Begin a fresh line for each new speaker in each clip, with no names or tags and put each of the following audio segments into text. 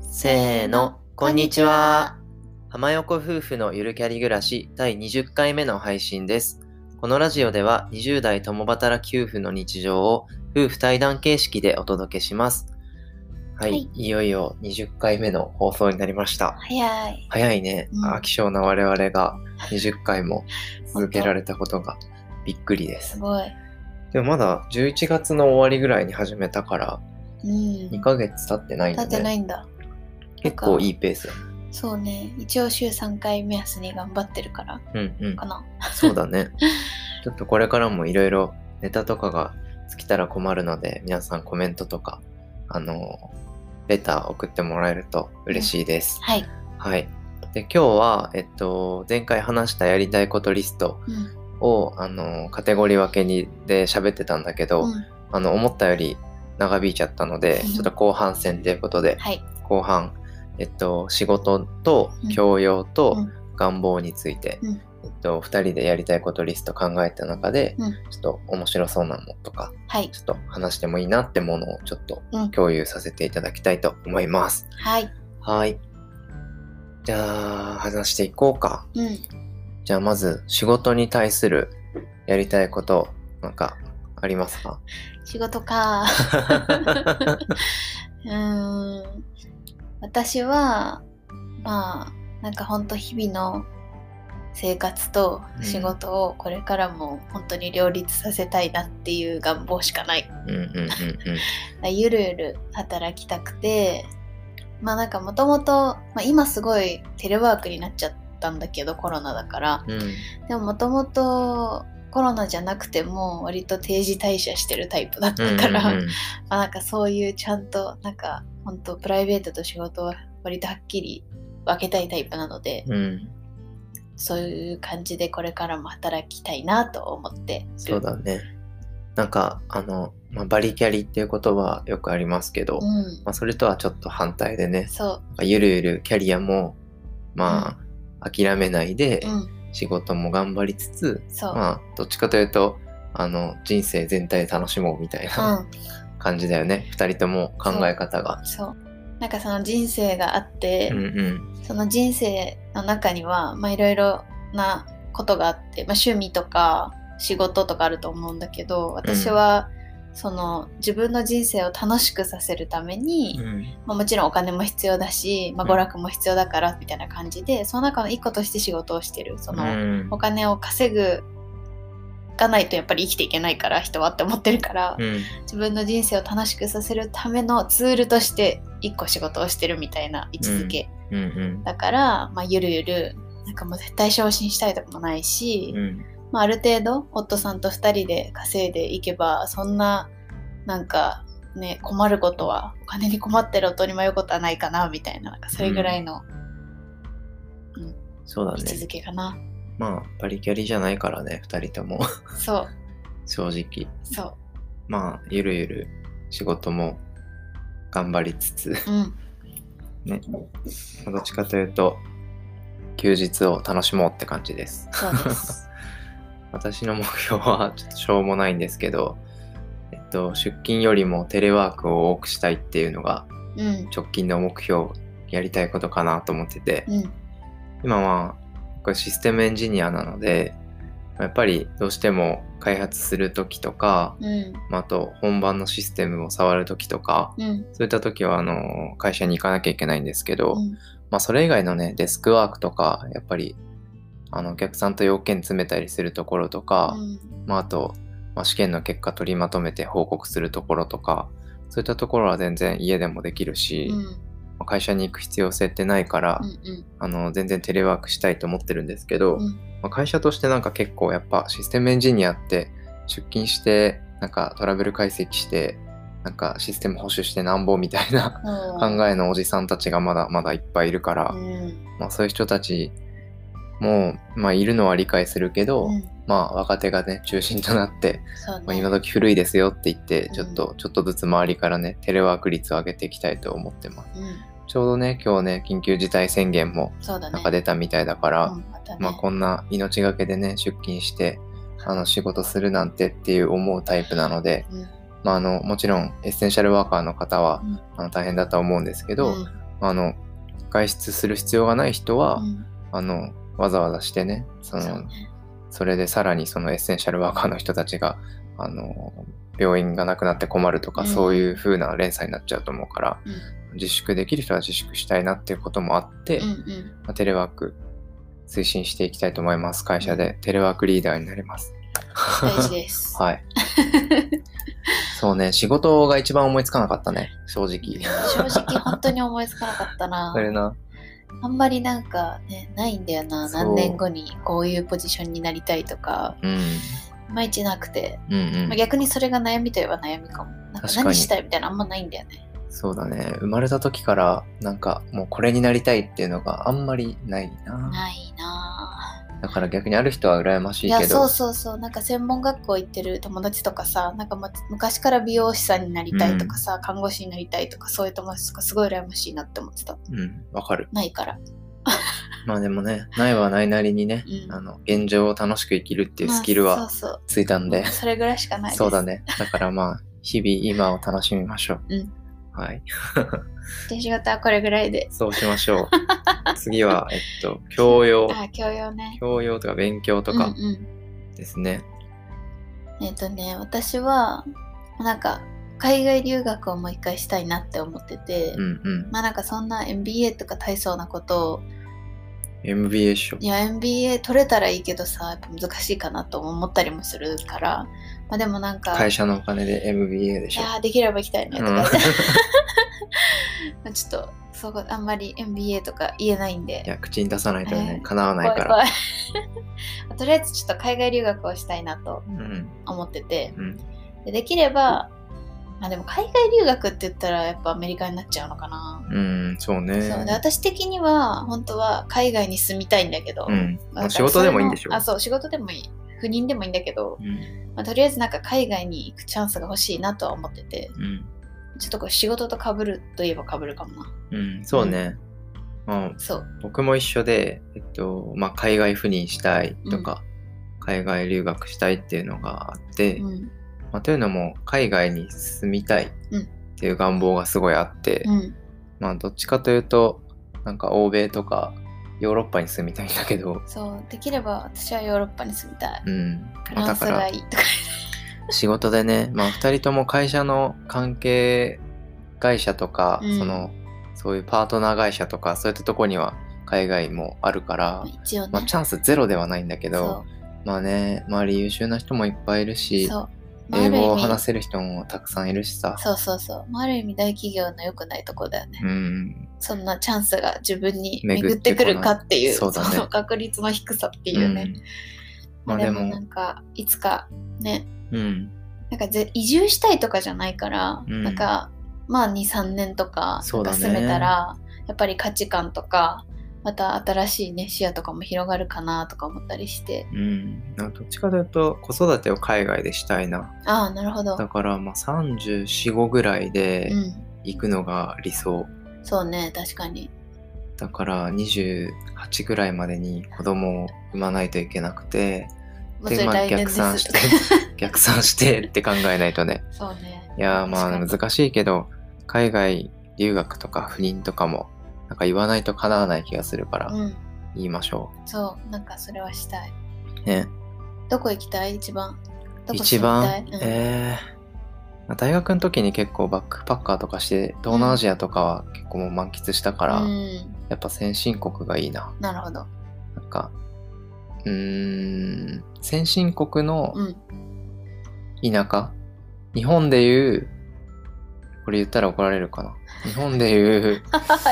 せーの、こんにちは。浜横夫婦のゆるキャリ暮らし第20回目の配信です。このラジオでは20代共働き夫婦の日常を夫婦対談形式でお届けします。はい、
はいい、
いよいよ20回目の放送になりました。
早い。
早いね、
うん
飽き性な我々が20回も続けられたことがびっくりですす。
ごい。
でもまだ11月の終わりぐらいに始めたから
うん。
2ヶ月経ってないん
経
だ
ってな
ね。
いんだ。
結構いいペース。
そうね。一応週3回目安に頑張ってるから
うんうん
か。な。
そうだね。ちょっとこれからもいろいろネタとかが尽きたら困るので、皆さんコメントとか、あの、レター送ってもらえると嬉しいです。
はい。
はい。で、今日は、えっと、前回話したやりたいことリスト
うん。
を、あの、カテゴリー分けにで喋ってたんだけど、
うん
あの、思ったより長引いちゃったの で、ちょっと後半戦ということで、
はい。
後半、えっと、仕事と
うん
教養
う
と
ん
願望について、
うん
えっと、2人でやりたいことリスト考えた中で、
うん
ちょっと面白そうなものとか
はい。
ちょっと話してもいいなってものをちょっと
うん
共有させていただきたいと思います。
はい。
はいじゃあ話していこうか。
うん。
じゃあまず仕事に対するやりたいことなんかあります か
仕事か。 うーん。私は、まあ、なんかほんと日々の生活と仕事をこれからも本当に両立させたいなっていう願望しかない。
うんうんうん
ゆるゆる働きたくてまあなんかもともと今すごいテレワークになっちゃったんだけどコロナだから
うん。うん
でももともとコロナじゃなくても割と定時退社してるタイプだったから、
うんうんうん
まあなんかそういうちゃんとなんか本当プライベートと仕事は割とはっきり分けたいタイプなので
うん、
そういう感じでこれからも働きたいなと思ってる
そうだね。なんかあの、まあ、バリキャリっていう言葉よくありますけど、
うん
まあ、それとはちょっと反対でね
そ
なんかゆるゆるキャリアもまあ、諦めないで
ううん
仕事も頑張りつつ、
そう、
まあどっちかというとあの人生全体楽しもうみたいな
うん
感じだよね、二人とも考え方が。
そうなんかその人生があって、
うんうん
その人生の中にはまあいろいろなことがあって、まあ、趣味とか仕事とかあると思うんだけど私は、その自分の人生を楽しくさせるために、
うん
まあ、もちろんお金も必要だし、まあ、
うん
娯楽も必要だからみたいな感じでその中の一個として仕事をしてるその、
うん
お金を稼ぐがないとやっぱり生きていけないから人はって思ってるから、
うん
自分の人生を楽しくさせるためのツールとして一個仕事をしてるみたいな位置づけ、
うんうん
だから、まあ、ゆるゆるなんかもう絶対昇進したいとかもないし、
うん
まあ、ある程度夫さんと2人で稼いでいけばそんななんかね困ることはお金に困ってる夫に迷うことはないかなみたいななんかそれぐらいの
そうだ
位置
ね
づけかな、
まあバリキャリじゃないからね二人とも
そう
正直
そ
まあゆるゆる仕事も頑張りつつ
ううん
ね、どっちかというと休日を楽しもうって感じです
そうです
私の目標は ちょっとしょうもないんですけど、えっと、出勤よりもテレワークを多くしたいっていうのが
うん
直近の目標やりたいことかなと思ってて
うん
今はこれシステムエンジニアなのでやっぱりどうしても開発する時とか
うん
まああと本番のシステムを触る時とか
うん
そういった時はあの会社に行かなきゃいけないんですけど、
うん
まあ、それ以外のねデスクワークとかやっぱりあのお客さんと要件詰めたりするところとか、まあ、あと、まあ、試験の結果取りまとめて報告するところとかそういったところは全然家でもできるし、
うんうん
まあ会社に行く必要性ってないから、
うん
あの全然テレワークしたいと思ってるんですけど、
うん
まあ、会社としてなんか結構やっぱシステムエンジニアって出勤してなんかトラブル解析してなんかシステム保守してなんぼみたいな考えのおじさんたちがまだまだいっぱいいるから、
うん
まあ、そういう人たちも、まあ、いるのは理解するけど、
うん
まあ、若手がね中心となって、
そうね
まあ、今時古いですよって言って
うん
ちょっと、ちょっとずつ周りからねテレワーク率を上げていきたいと思ってます
うん
ちょうどね今日ね緊急事態宣言も
そうだね
なんか出たみたいだから、
うんまたね
まあ、こんな命がけでね出勤してあの仕事するなんてっていう思うタイプなので、
うん
まあ、あのもちろんエッセンシャルワーカーの方は、
うん
あの大変だとは思うんですけど、
うん
あの外出する必要がない人は、
うん
あのわざわざしてねその
そう
そ
ね
れでさらにそのエッセンシャルワーカーの人たちがあの病院がなくなって困るとか、
うん
そういう風な連鎖になっちゃうと思うから
うん
自粛できる人は自粛したいなっていうこともあって、
うんうん
まあテレワーク推進していきたいと思います会社でテレワークリーダーになります
大事です。
はいそうね仕事が一番思いつかなかったね正直
正直本当に思いつかなかったな
そ。れな
あんまりなんかね、ないんだよな。
そう
何年後にこういうポジションになりたいとか、
うん
いまいちなくて。
うんうん
まあ、逆にそれが悩みといえば悩みかも。なんか
確かに
何したいみたいなのあんまないんだよね。
そうだね生まれた時からなんかもうこれになりたいっていうのがあんまりないな
ないなぁ。
だから逆にある人は羨まし
い
いけ
や、
ど
そうそうそう。なんか専門学校行ってる友達とかさ、なんかま昔から美容師さんになりたいとかさ、看護師になりたいとか、そういう友達とかすごい羨ましいなって思ってた。
うんわかる
ないから。
まあでもねないはないなりにね、
うん
あの現状を楽しく生きるっていうスキル
まあ
は
そう
ついた
そ
ん
う。
で、
それぐらいしかないです。
そうだ。ねだからまあ日々今を楽しみましょう、
うん
はい
で、仕事はこれぐらいで。
そうしましょう次はえっと教養
あ、教養ね。
教養とか勉強とか
うんうん
ですね、
えっ、とね、私は、なんか、海外留学をもう一回したいなって思ってて、
うんうん
まあなんかそんな MBA とか大層なことを
MBA 賞
いや MBA 取れたらいいけどさやっぱ難しいかなとも思ったりもするから、まあ、でもなんか
会社のお金で MBA で
い
しょ
やーできれば行きたいねとか、 ちょっとそこあんまり MBA とか言えないん
い
で
や口に出さないと
え
ね
ー
叶わない
怖
か
い
ら
怖い とりあえずちょっと海外留学をしたいなと
うん
思ってて
うん
でできればまあでも海外留学って言ったらやっぱアメリカになっちゃうのかな、
うんそうね
そうで私的には本当は海外に住みたいんだけど、
うんま
な
あ
んか
仕事でもいいんでしょ
それもあそう仕事でもいい不妊でもいいんだけど、
うん
まあ、とりあえずなんか海外に行くチャンスが欲しいなとは思ってて
うん
ちょっとこれ仕事とかぶるといえばかぶるかもな
うんそうね、まあ
そう
僕も一緒で、えっとまあ、海外赴任したいとか、海外留学したいっていうのがあって、
うん
まあ、というのも海外に住みたいっていう願望がすごいあって、
うん
まあ、どっちかというとなんか欧米とかヨーロッパに住みたいんだけど、
そうできれば私はヨーロッパに住みたい
うん、
フ
まあ
ラ
だ
ンス
か
が
ら
いいとか
仕事でね、まあ、2人とも会社の関係会社とか、
うん
そのそういうパートナー会社とかそういったとこには海外もあるから、
一応ね、
まあ、チャンスゼロではないんだけど。
そ
まあね、周り優秀な人もいっぱいいる
う
し、
そう、まあ、
英語を
ある意味
話せる人もたくさんいるしさ。
そうそうそう、まあ、ある意味大企業の良くないとこだよね、
うん、
そんなチャンスが自分に
巡
巡
っ
ってて
こ
く
ない
るかっていう
そうだね
の確率の低さって
い
いうね、
まあ
で
で
もな
も、
んかいつかね
うん、
なんかぜ移住したいとかじゃないから、
うん
なんかまあ23年とか
そ
な
うんだ
か
ね
住めたら、やっぱり価値観とかまた新しいね視野とかも広がるかなとか思ったりして
うん、なんかどっちかというと子育てを海外でしたいな。
ああなるほど
だからまあ34、5ぐらいで
うん
行くのが理想。
そうね確かに
だから28ぐらいまでに子供を産まないといけなくて、
もうそれ来年で
逆算
す
し
と
て
か
逆算してって考えないとね。
そうね
いやーまあ
確かに
難しいけど海外留学とか不妊とかもなんか言わないと叶わない気がするから
うん
言いましょ
そうなんかそれはしたいう
ね
どこ行きたい一番どこ
一
住みた
番
い、うん
えーまあ大学の時に結構バックパッカーとかして東南アジアとかは結構もう満喫したから、
うん
やっぱ先進国がいいな
なるほど
なんかうーん先進国の
うん
田舎日本でいうこれ言ったら怒られるかな日本で いう
田舎っ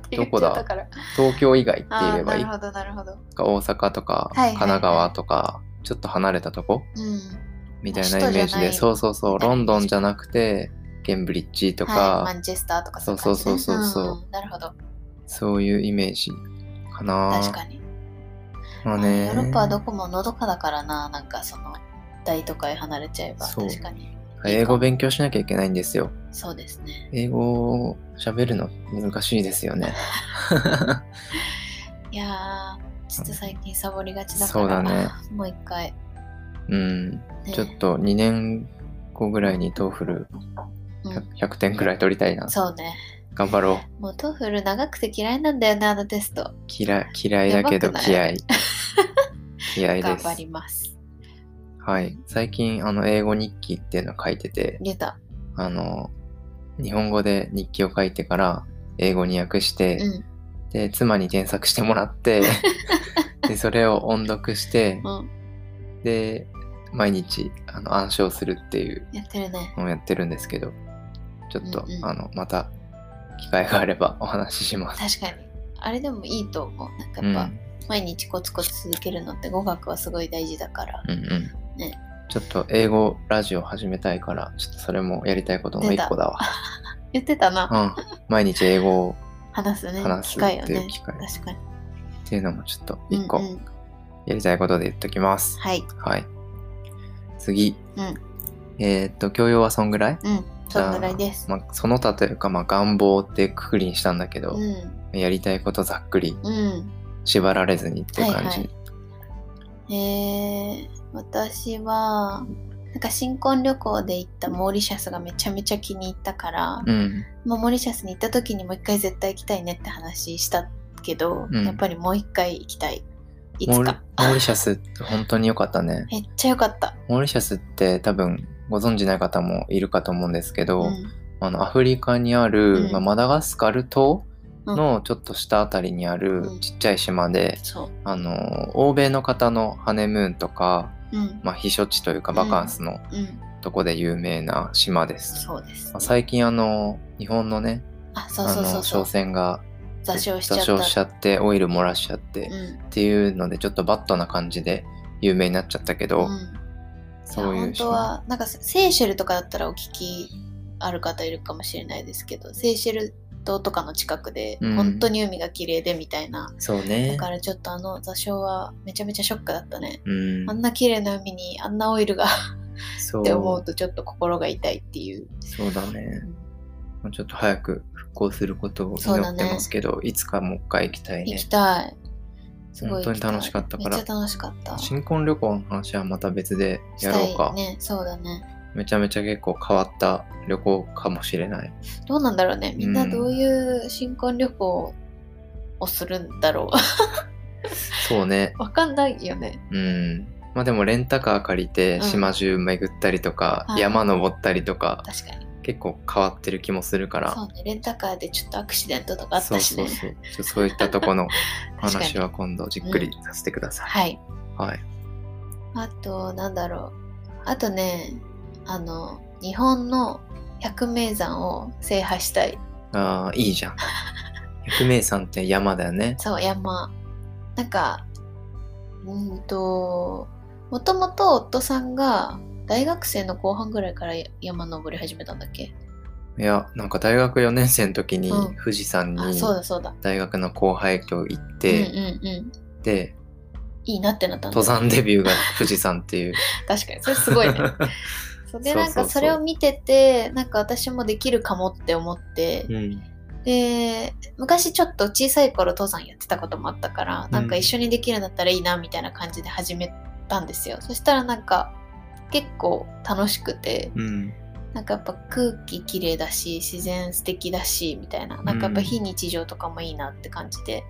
て言っちゃったから
東京以外って
あ
言え
あ
ば
ない
い
るほどなるほど
か大阪とか
はいはいはい
神奈川とかちょっと離れたとこ
うん
みたいな
首都
イ
じゃ
メー
な
ジ
い
でそうそうそう
みたいな
ロンドンじゃなくてケンブリッジと
はい、マ
か
ンチェスターとかい感じ
そうそうそうそうそうん
んなるほど
そういうイメージかな
確かに
まあ
ヨ
ね
ーロッパはどこものどかだからななんかその大都会離れちゃえば
そう
確かに
英語勉強しなきゃいけないんですよ
そうですね
英語を喋るの難しいですよ ね
いやーちょっと最近サボりがちだから
そうだね
もう一回、
うん
ね
ちょっと2年校ぐらいにトーフル
うん
100, 100点ぐらい取りたいな。
そうね。
頑張ろう。
もうトフル長くて嫌いなんだよね、あのテスト。
嫌い、嫌いだけど
やばく
気
な
合い。気合い
頑
で
張
す
り。ます。
はい。最近、あの、英語日記っていうのを書いてて、
出た。
あの、日本語で日記を書いてから、英語に訳して、
うん。
で、妻に添削してもら って、で、それを音読して、
うん。
で、毎日、あの、暗唱するっていう
やってるね。
のをやってるんですけど、ちょっと、
うんうん
あの、また、機会があれば お話しします。
確かに。あれでもいいと思う。なんか
うん、う
や
ん
っぱ、毎日コツコツ続けるのって語学はすごい大事だから。
うん。
ね
ちょっと、英語ラジオ始めたいから、ちょっとそれもやりたいことの一個だわ。
言ってたな。
うん、毎日英語を
話すね。
話
機
す
会よ
ってい
ね
う。機会
確かに。
っていうのもちょっと一個
うんうん
やりたいことで言っときます。
はい。
はい。次。
うん
えーっと、教養はそんぐらい
うん。そんぐらいです。
まあ、その他というか、まあ、願望ってくくりにしたんだけど、
うん。
やりたいことざっくり
うん。
縛られずにっていう感じ。
はいえー、私は、なんか新婚旅行で行ったモーリシャスがめちゃめちゃ気に入ったから、
うん。
まあ、モーリシャスに行った時にもう一回絶対行きたいねって話したけど、
うん
やっぱりもう一回行きたいい
モ
つ
ーリ
か
モーリシャスって本当に良かったね。
めっちゃよかった、
モーリシャスって多分ご存知ない方もいるかと思うんですけど、
うん
あのアフリカにある、
うん
まあマダガスカル島のちょっと下あたりにある
うん
ちっちゃい島で、
そ
あの欧米の方のハネムーンとか、
ううん
まあ、避暑地というかバカンスの
うん
とこで有名な島です、
そうです
まあ最近あの日本のね
あそう
あ
そうそ
の
うそ
商
う
船が
座礁しちゃった
座礁しちゃってオイル漏らしちゃって、
う
っ
ん
ていうのでちょっとバッドな感じで有名になっちゃったけど、
うん
そうい
本
う
当はなんかセーシェルとかだったらお聞きある方いるかもしれないですけどセーシェル島とかの近くで、
うん
本当に海が綺麗でみたいな
そうね
だからちょっとあの座礁はめちゃめちゃショックだったね
うん
あんな綺麗な海にあんなオイルが
そ
って思う
う
とちょっと心が痛いっていう。
そうだねもうちょっと早く復興することを
そう
祈
だ
っ
ね
てますけど、いつかもう一回行きたいね
行きたい。すごい行きた
本当に
い
楽しかったから
めっちゃ楽しかった。
新婚旅行の話はまた別でやろう
した
か、
いね、そうだね。
めちゃめちゃ結構変わった旅行かもしれない
どうなんだろうね。みん
う
なんどういう新婚旅行をするんだろ
そうね
う。わかんないよね。
うんまあでもレンタカー借りて
ん
島中巡ったりとか、
はい
山登ったりとか
確かに。
結構変わってる気もするから
そうね。レンタカーでちょっとアクシデントとかあったし
そう
ね。
そうそうちょそういったとこの
確かに
話は今度じっくりさせてください、
はい。
はい
あと、なんだろう。あとね、あの、日本の百名山を制覇したい。
あーいいじゃん百名山って山だよね
そう山なんかうーんともともと夫さんが大学生の後半ぐらいから山登り始めたんだっけ、
いやなんか大学4年生の時に
うん
富士山に
あそうだそうだ
大学の後輩と行っ
うんう
て、
んうん
で
いいなってなったんだ
登山デビューが富士山っていう
確かにそれ すごいねそうでなん
そうそう
か
そう
それを見ててなんか私もできるかもって思って
うん
で昔ちょっと小さい頃登山やってたこともあったから、なんか一緒にできるんだったらいいなみたいな感じで始めたんですよそしたらなんか結構楽しくて、
うん
なんかやっぱ空気きれいだし自然素敵だしみたいななんかやっぱ非日常とかもいいなって感じで、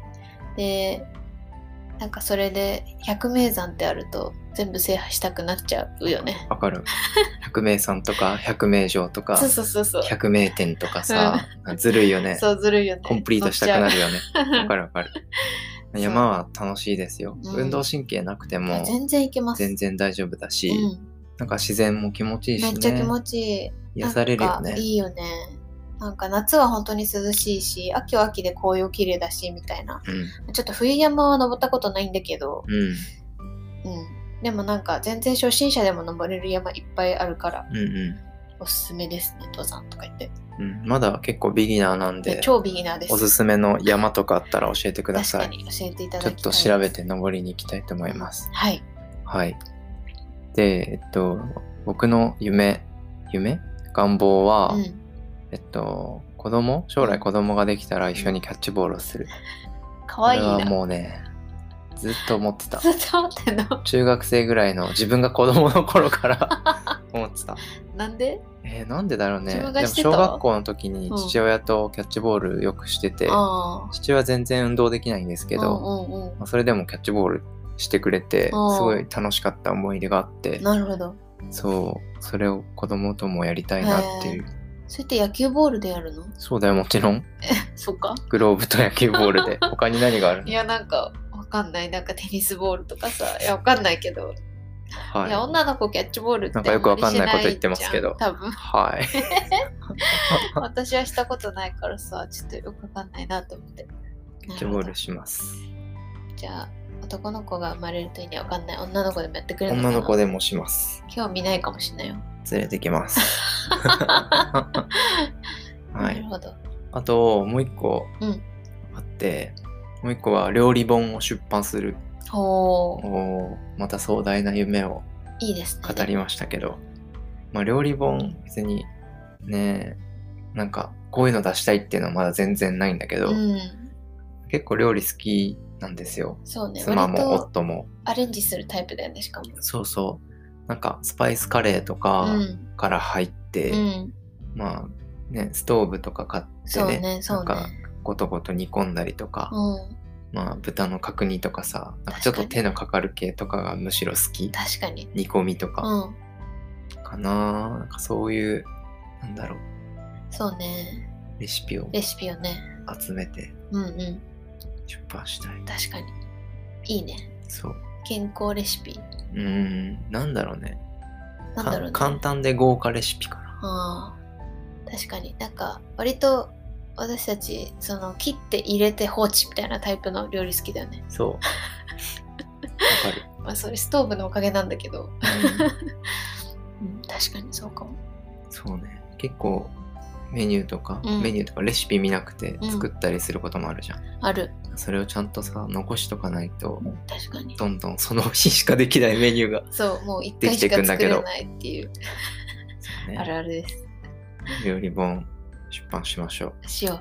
でなんかそれで百名山ってあると全部制覇したくなっちゃうよね
わかる百名山とか百名城とか
そうそうそうそう
百名店とかさ、ずるいよね
そうずるいよね
コンプリートしたくな
乗っ
るよね
ちゃう
わかるわかる
そう
山は楽しいですよ、
うん
運動神経なくても
全然いけます
全然大丈夫だし、
うん、
なんか自然も気持ちいいし、
め
ね、
っちゃ気持ちいい
癒されるよ
なん
ね
かいいよねなんか夏は本当に涼しいし秋は秋で紅葉きれいだしみたいなちょっと冬山は登ったことないんだけど
うんうん
うん、でもなんか全然初心者でも登れる山いっぱいあるから
うん
おすすめですね登山とか言って
うんうんまだ結構ビギナーなん
で
で
超ビギナーです
おすすめの山とかあったら教えてくだ
確
さ
か
い
に教えていた
ちょ
だきたい
っ
です
と調べて登りに行きたいと思います、
はい
はい。で、えっと、僕の夢、夢願望は、
うん
えっと、子供将来子供ができたら一緒にキャッチボールをする。
かわいい
これは
な
もうね、ずっと思 ってた
ずっと待ってんの
中学生ぐらいの自分が子供の頃から 思ってた
なんで
えー、なんでだろうね
自分
で
が
も
して
小
た
学校の時に
うん
父親とキャッチボールよくしてて、
ああ
父親全然運動できないんですけど、
うんうん
まあそれでもキャッチボールしてくれてす
うん
ごい楽しかった思い出があって
うん、なるほど
そうそれを子供ともやりたいなっていう
それって野球ボールでやるの
そうだよもちろん
そっか
グローブと野球ボー ルで他に何がある
い
の
やなんかわかんないなんかテニスボールとかさいやわかんないけど、い、や
は
女の子キャッチボールって
なんかよくわかんないこと言ってますけど
あんまりしないじゃん多
い、
分
はい、
私はしたことないからさちょっとよくわかんないなと思って
キャッチボールします
じゃあ男の子が生まれるといいねわかんない女の子でもやってくれるのかな
女の子でもします
興味ないかもしれないよ、
連れてきます は
ないるほど
あともう一個
うん
あって、もう一個は料理本を出版する
ほう
おーまた壮大な夢を
いいですね
語りましたけど、まあ、料理本別にねなんかこういうの出したいっていうのはまだ全然ないんだけど、
うん
結構料理好きなんですよ
そうね
妻
割
も
と
夫も
アレンジするタイプだよねしかも
そうそうなんかスパイスカレーとか
うん
から入って、
うん
まあねストーブとか買って
そう
ね
ねそう
なんか
ね
ごとごと煮込んだりとか、
うん
まあ豚の角煮とかさなんかちょっと
確かに
手のかかる系とかがむしろ好き
確かに
煮込みとか
うん
かな,、なんかそういうなんだろう
そうね
レシピを
レシピをね
集めて
うんうん
出版したい
確かにいいね
そう
健康レシピ
うーんなんだろうね
なんだろうね
か簡単で豪華レシピかな
あー確かになんか割と私たちその切って入れて放置みたいなタイプの料理好きだよね、
そうわかる
まあ、それストーブのおかげなんだけど、
うん
うん、確かにそうかも
そうね結構メニューとか、
うん
メニューとかレシピ見なくて
うん
作ったりすることもあるじゃん、
ある
それをちゃんとさ残しとかないと
確かに
どんどんその日しかできないメニューが、
そうもう一
で
回
きて
し
く
か
んだ
作
けど
れないっていう
ね
あるあるです
料理本出版しましょう
しよ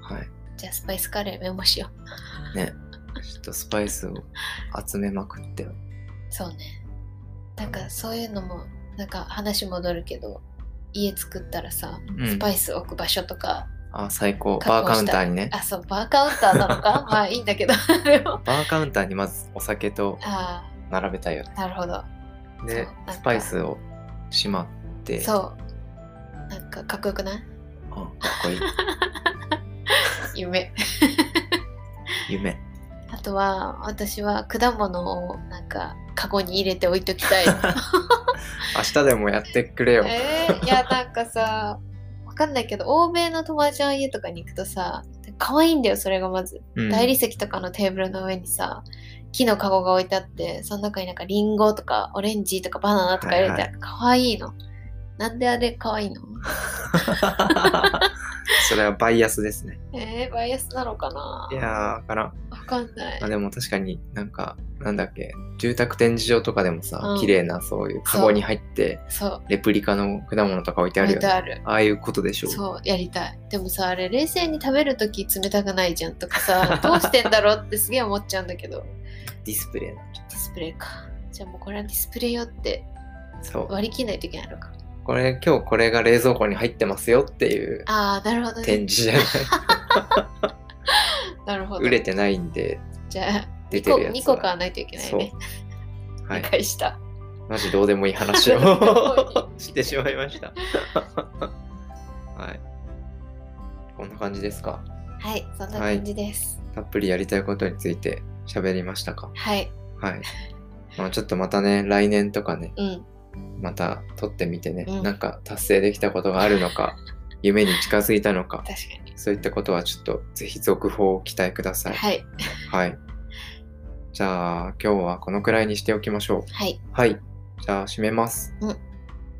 はい。
うじゃあスパイスカレーメモしよう
ね。ちょっとスパイスを集めまくって。
そうねなんかそういうのもなんか話戻るけど家作ったらさ
うん
スパイス置く場所とか、
あ、最高。
確
バー
保した
カウンターにね。
あそうバーカウンターな のかまあいいんだけど でも
バーカウンターにまずお酒と
あ
並べたいよね。
あなるほど
で
そうなん、か
スパイスをしまって。う。
そう。なんかかっこよくない
あかっこいい。
夢。
夢。
あとは私は果物をなんかカゴに入れて置いとき たい。
明日でもやってくれよ。
えー、いやなんかさわかんないけど欧米の友達の家とかに行くとさ可愛いんだよそれがまず。
うん
大理石とかのテーブルの上にさ木のカゴが置いてあってその中になんかリンゴとかオレンジとかバナナとか入れてある可愛いの。なんであれ可愛いの
それはバイアスですね。
えー、バイアスなのかない
やー、わからん。
わかんない
まあ、。でも確かになんか、なんだっけ、住宅展示場とかでもさ、
うん
綺麗なそういうカゴに入って、
そう。
レプリカの果物とか置いてあ
置
るよ
いて
ね。
ある。
ああいうことでしょう。
そうやりたいでもさあれ冷静に食べる時冷たくないじゃんとかさ どうしてんだろうってすげえ思っちゃうんだけど
ディスプレイな。
ディスプレイかじゃあもうこれはディスプレイよって
そう。
割り切んないといけないのか
これ今日これが冷蔵庫に入ってますよっていう
ああなるほどね
展示じゃない。
なるほど
売れてないんで
じゃあ
出
2
て
個
るやつは。
二個買わないといけないね
そう。は
理
い。
解した
マジどうでもいい話を
どうで もいい
してしまいました。 はい。こんな感じですか。
はいそんな感じです
たっぷりやりたいことについて喋りましたか。
はい、
はい。まあちょっとまたね、来年とかね、
うん
また撮ってみてね、
うん
なんか達成できたことがあるのか、夢に近づいたのか、
確かに
そういったことはちょっとぜひ続報を期待ください。
はい
はい。じゃあ今日はこのくらいにしておきましょう。
はい
はい。じゃあ締めます。
うん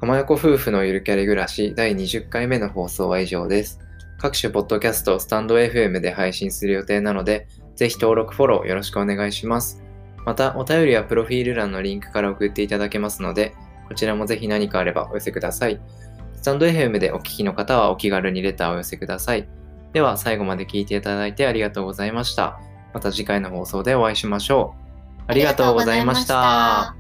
浜横夫婦のゆるキャリ暮らし第20回目の放送は以上です。各種ポッドキャスト、スタンド FM で配信する予定なので、ぜひ登録、フォローよろしくお願いします。また、お便りはプロフィール欄のリンクから送っていただけますので、こちらもぜひ何かあればお寄せください。スタンド FM でお聞きの方はお気軽にレターをお寄せください。では、最後まで聞いていただいてありがとうございました。また次回の放送でお会いしましょう。ありがとうございました。